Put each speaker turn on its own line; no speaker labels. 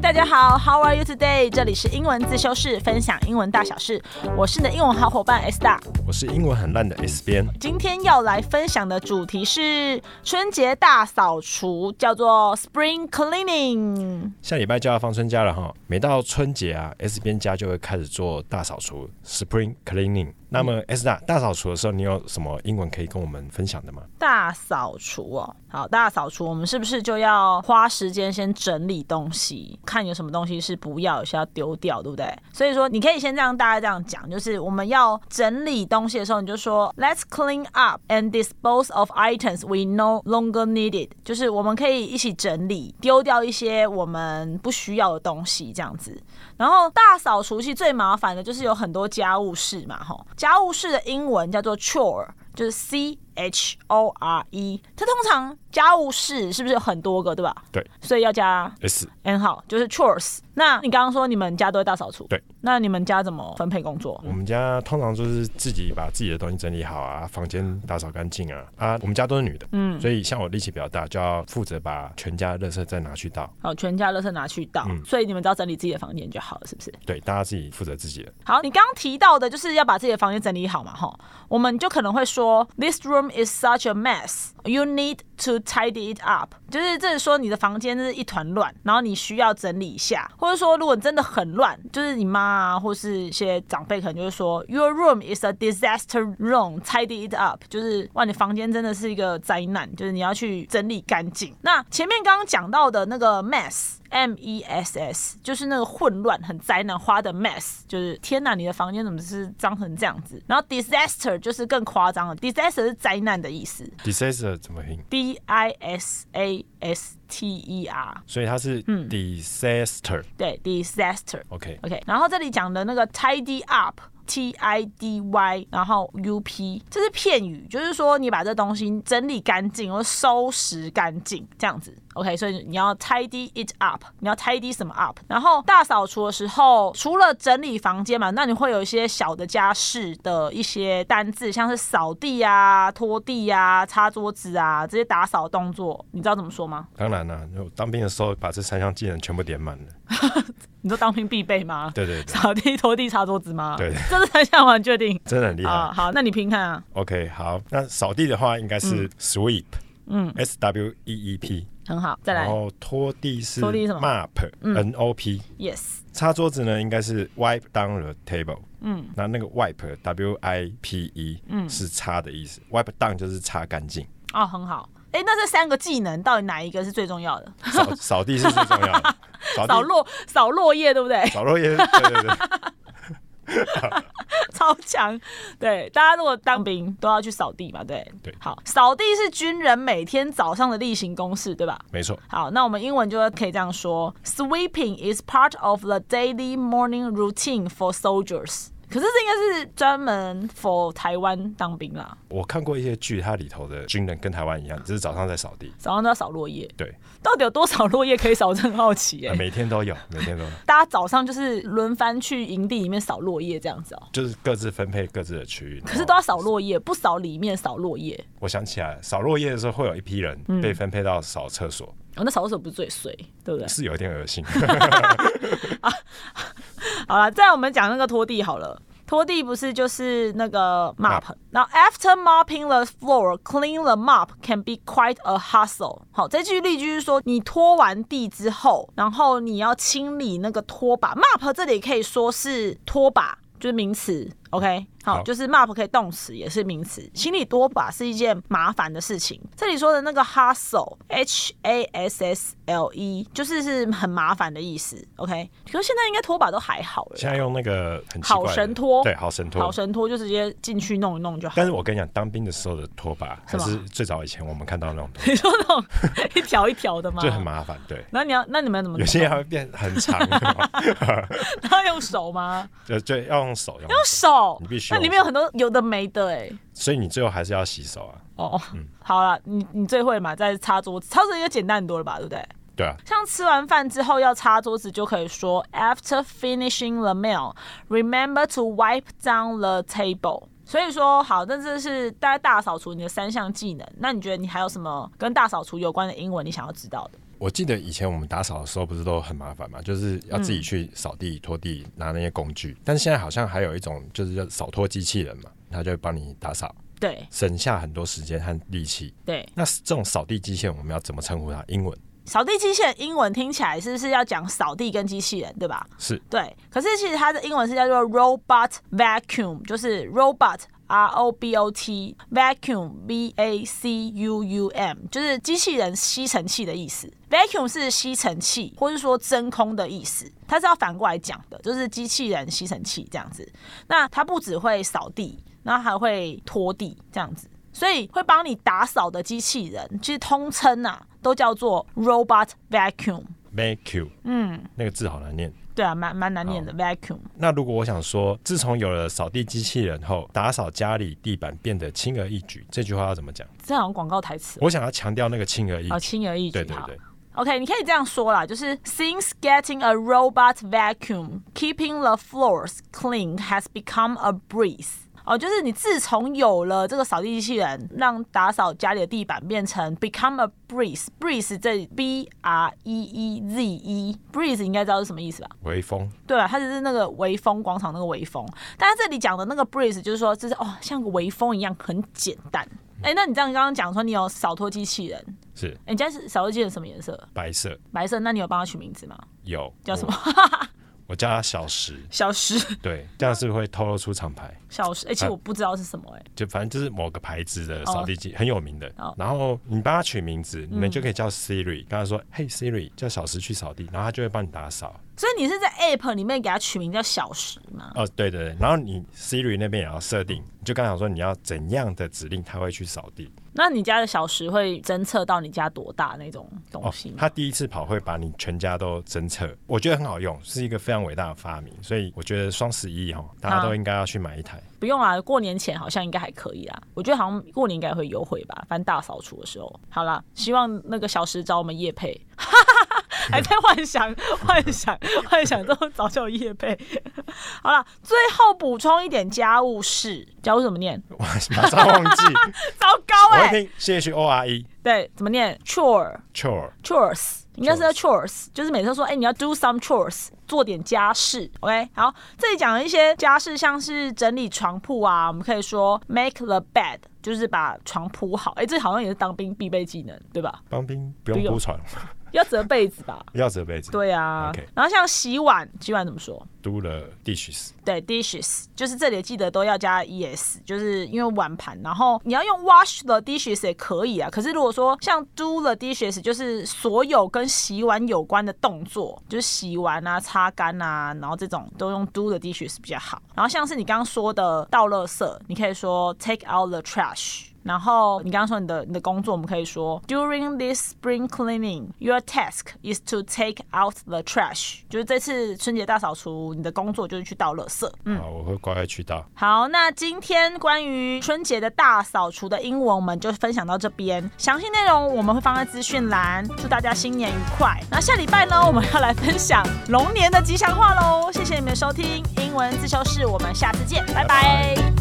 大家好，How are you today？这里是英文自修室，分享英文大小事。我是你的英文好伙伴 S 大。
我是英文很烂的 S 边，
今天要来分享的主题是春节大扫除，叫做 Spring Cleaning。
下礼拜就要放春假了哈。每到春节啊，S 边家就会开始做大扫除 （Spring Cleaning）。那么 S 啊大大扫除的时候，你有什么英文可以跟我们分享的吗？
大扫除哦，好，大扫除，我们是不是就要花时间先整理东西，看有什么东西是不要，有些要丢掉，对不对？所以说，你可以先让大家这样讲，就是我们要整理东西的时候，你就说 Let's clean up and dispose of items we no longer needed，就是我们可以一起整理，丢掉一些我们不需要的东西，这样子。然后大扫除其实最麻烦的就是有很多家务事嘛，吼，家务事的英文叫做 chore，就是 c h o r e。它通常家务事是不是有很多个，对吧？
对
所以要加
，S
n 号，就是 chores。那你刚刚说你们家都会大扫除，
对？嗯
那你们家怎么分配工作？
我们家通常就是自己把自己的东西整理好啊，房间打扫干净啊。啊，我们家都是女的，嗯，所以像我力气比较大，就要负责把全家的垃圾再拿去倒。
好，全家垃圾拿去倒，
嗯
所以你们只要整理自己的房间就好了，是不是？
对，大家自己负责自己的。
好，你刚刚提到的就是要把自己的房间整理好嘛，哈，我们就可能会说，This room is such a mess, you need to tidy it up。就是这是说你的房间是一团乱，然后你需要整理一下，或者说如果你真的很乱，就是你妈啊，或是一些长辈可能就会说，Your room is a disaster room, tidy it up。就是哇，你房间真的是一个灾难，就是你要去整理干净。那前面刚刚讲到的那个 mess。M E S S，就是那个混乱、很灾难花的 mess，就是天哪，你的房间怎么是脏成这样子？然后 disaster 就是更夸张了，disaster 是灾难的意思
Disaster 怎么拼？
，D I S A S T E R，
所以它是 disaster、
对，disaster。
OK，
OK，然后这里讲的那个 tidy up。T I D Y，然后 U P，这是片语，就是说你把这东西整理干净，或收拾干净这样子。OK，所以你要 tidy it up，你要 tidy 什么 up？然后大扫除的时候，除了整理房间嘛，那你会有一些小的家事的一些单字，像是扫地啊、拖地啊、擦桌子啊这些打扫动作，你知道怎么说吗？
当然啦、我当兵的时候把这三项技能全部点满了。
你说当兵必备吗？
对对对，
扫地、拖地、擦桌子吗？
对
这是三项完确定。
真的很厉害。
啊、好，那你拼看啊。
OK，好，那扫地的话应该是 sweep，嗯，S W E E P，
很好，再来
然后拖地是
拖地是什么嗯
mop，N O P，
，yes，
擦桌子呢应该是 wipe down the table，嗯，那那个 wipe W I P E，嗯，是擦的意思，wipe down 就是擦干净，
哦，很好。哎、那这三个技能到底哪一个是最重要的？
扫扫地是最重要的，扫
扫
地
落扫落叶，对不对？
扫落叶，对对对，
超强。对，大家如果当兵都要去扫地嘛，对。
对
好，扫地是军人每天早上的例行公事，对吧？
没错。
好，那我们英文就可以这样说：Sweeping is part of the daily morning routine for soldiers。可是这应该是专门 for 台湾当兵啦，
我看过一些剧，它里头的军人跟台湾一样，只是早上在扫地，
早上都要扫落叶。
对，
到底有多少落叶可以扫？我真的很好奇欸耶、
呃每天都有，每天都有，
大家早上就是轮番去营地里面扫落叶这样子哦、
就是各自分配各自的区域，
可是都要扫落叶，不扫里面扫落叶。
我想起来，扫落叶的时候会有一批人
嗯
被分配到扫厕所，
哦，那扫厕所不是最衰，对不对？
是有一点恶 心。
好了，再我们讲那个拖地好了。拖地不是就是那个 mop，
Mop
然后 after mopping the floor, clean the mop can be quite a hustle。好，这句例句是说你拖完地之后，然后你要清理那个拖把。mop 这里可以说是拖把，就是名词。OK，好，
好
就是 mop 可以动词，也是名词。清理拖把是一件麻烦的事情。这里说的那个 hustle，H A S S L E，就是是很麻烦的意思。OK，可是现在应该拖把都还好了啦。
现在用那个很奇怪的
好神拖
对，好神拖
好。神拖就直接进去弄一弄就好。
但是我跟你讲，当兵的时候的拖把
是
还
吗
是最早以前我们看到那种 拖，
你说那种一条一条的吗？
就很麻烦。对，
然后你要，那你们怎么
有
弄？
些还会变很长，
他用手吗？
就就要用手用
用
手，
手
你必，须
那
用
里面有很多有的没的哎、
所以你最后还是要洗手啊。
哦，好了，你你最会嘛，再擦桌子，擦桌子应该简单很多了吧，对不对？
对啊，
像吃完饭之后要擦桌子，就可以说 After finishing the meal, remember to wipe down the table。所以说，好，那这是大家大扫除你的三项技能。那你觉得你还有什么跟大扫除有关的英文你想要知道的？
我记得以前我们打扫的时候不是都很麻烦嘛，就是要自己
嗯
去扫地、拖地，拿那些工具。但是现在好像还有一种就是叫扫拖机器人嘛，它就会帮你打扫，
对
省下很多时间和力气。
对，
那这种扫地机器人我们要怎么称呼它？英文
扫地机器人英文听起来是不是要讲扫地跟机器人，对吧？
是
对，可是其实它的英文是叫做 robot vacuum，就是 robot。R O B O T vacuum V A C U U M 就是机器人吸尘器的意思，vacuum 是吸尘器或是说真空的意思，它是要反过来讲的，就是机器人吸尘器这样子。那它不只会扫地，然后还会拖地这样子，所以会帮你打扫的机器人，其实通称啊都叫做 robot vacuum。
vacuum，嗯，那个字好难念。
对啊，蛮蛮难念的 vacuum。
那如果我想说，自从有了扫地机器人后，打扫家里地板变得轻而易举，这句话要怎么讲？
这好像广告台词哦，
我想要强调那个轻而易
好
举。
轻而易举。
嗯对对
好
对，
OK，你可以这样说啦，就是 Since getting a robot vacuum, keeping the floors clean has become a breeze。哦，就是你自从有了这个扫地机器人，让打扫家里的地板变成 become a breeze。breeze 这 b r e e z e breeze 应该知道是什么意思吧？
微风
对啊，它只是那个微风广场那个微风，但是这里讲的那个 breeze 就是说，就是哦，像个微风一样，很简单。哎，那你这样刚刚讲说你有扫拖机器人，哎
是
诶你家是扫拖机器人什么颜色？
白色，
白色，那你有帮它取名字吗？
有
叫什么？
我我叫它小石。
小石，
对，这样是不是会透露出厂牌？
小石。哎，其实我不知道是什么、哎诶
就反正就是某个牌子的扫地机，很有名的
哦。嗯
然后你帮它取名字，你们就可以叫 Siri，跟他说：“嘿 Siri，叫小石去扫地。”然后它就会帮你打扫。
所以你是在 App 里面给它取名叫小石吗？
哦，对对对。然后你 Siri 那边也要设定，你就刚想说你要怎样的指令它会去扫地。
那你家的小石会侦测到你家多大那种东
哦
西，吗？
他第一次跑会把你全家都侦测，我觉得很好用，是一个非常伟大的发明。所以我觉得双十一哈，大家
啊
都应该要去买一台。
不用啦，过年前好像应该还可以啦。我觉得好像过年应该会优惠吧，反正大扫除的时候。好啦，希望那个小时找我们叶配， 还在幻想、幻想、幻想都早就有叶配。好啦，最后补充一点家务事，家务事怎么念？
我 马上忘记，
糟糕
我
哎、
会拼 C H O R E
对，怎么念？chore
chore。
chores，应该是叫 chores，就是每次都说，哎、你要 do some chores，做点家事，OK？好，这里讲了一些家事，像是整理床铺啊，我们可以说 make the bed，就是把床铺好。哎、这好像也是当兵必备技能，对吧？
帮兵
不
不用
用
铺床，
要折被子吧？
要折被子。
对啊。
OK
然后像洗碗，洗碗怎么说？
，do the dishes。
对，dishes 就是这里记得都要加 es，就是因为碗盘。然后你要用 wash the dishes 也可以啊。可是如果说像 do the dishes，就是所有跟洗碗有关的动作，就是洗碗啊、擦干啊，然后这种都用 do the dishes 比较好。然后像是你刚刚说的倒垃圾，你可以说 take out the trash。然后你刚刚说你的你的工作，我们可以说 During this spring cleaning, your task is to take out the trash。就是这次春节大扫除，你的工作就是去倒垃圾。嗯，
好，我会乖乖去到。
好，那今天关于春节的大扫除的英文，我们就分享到这边。详细内容我们会放在资讯栏。祝大家新年愉快！那下礼拜呢，我们要来分享龙年的吉祥话喽。谢谢你们的收听，英文自修室，我们下次见，拜拜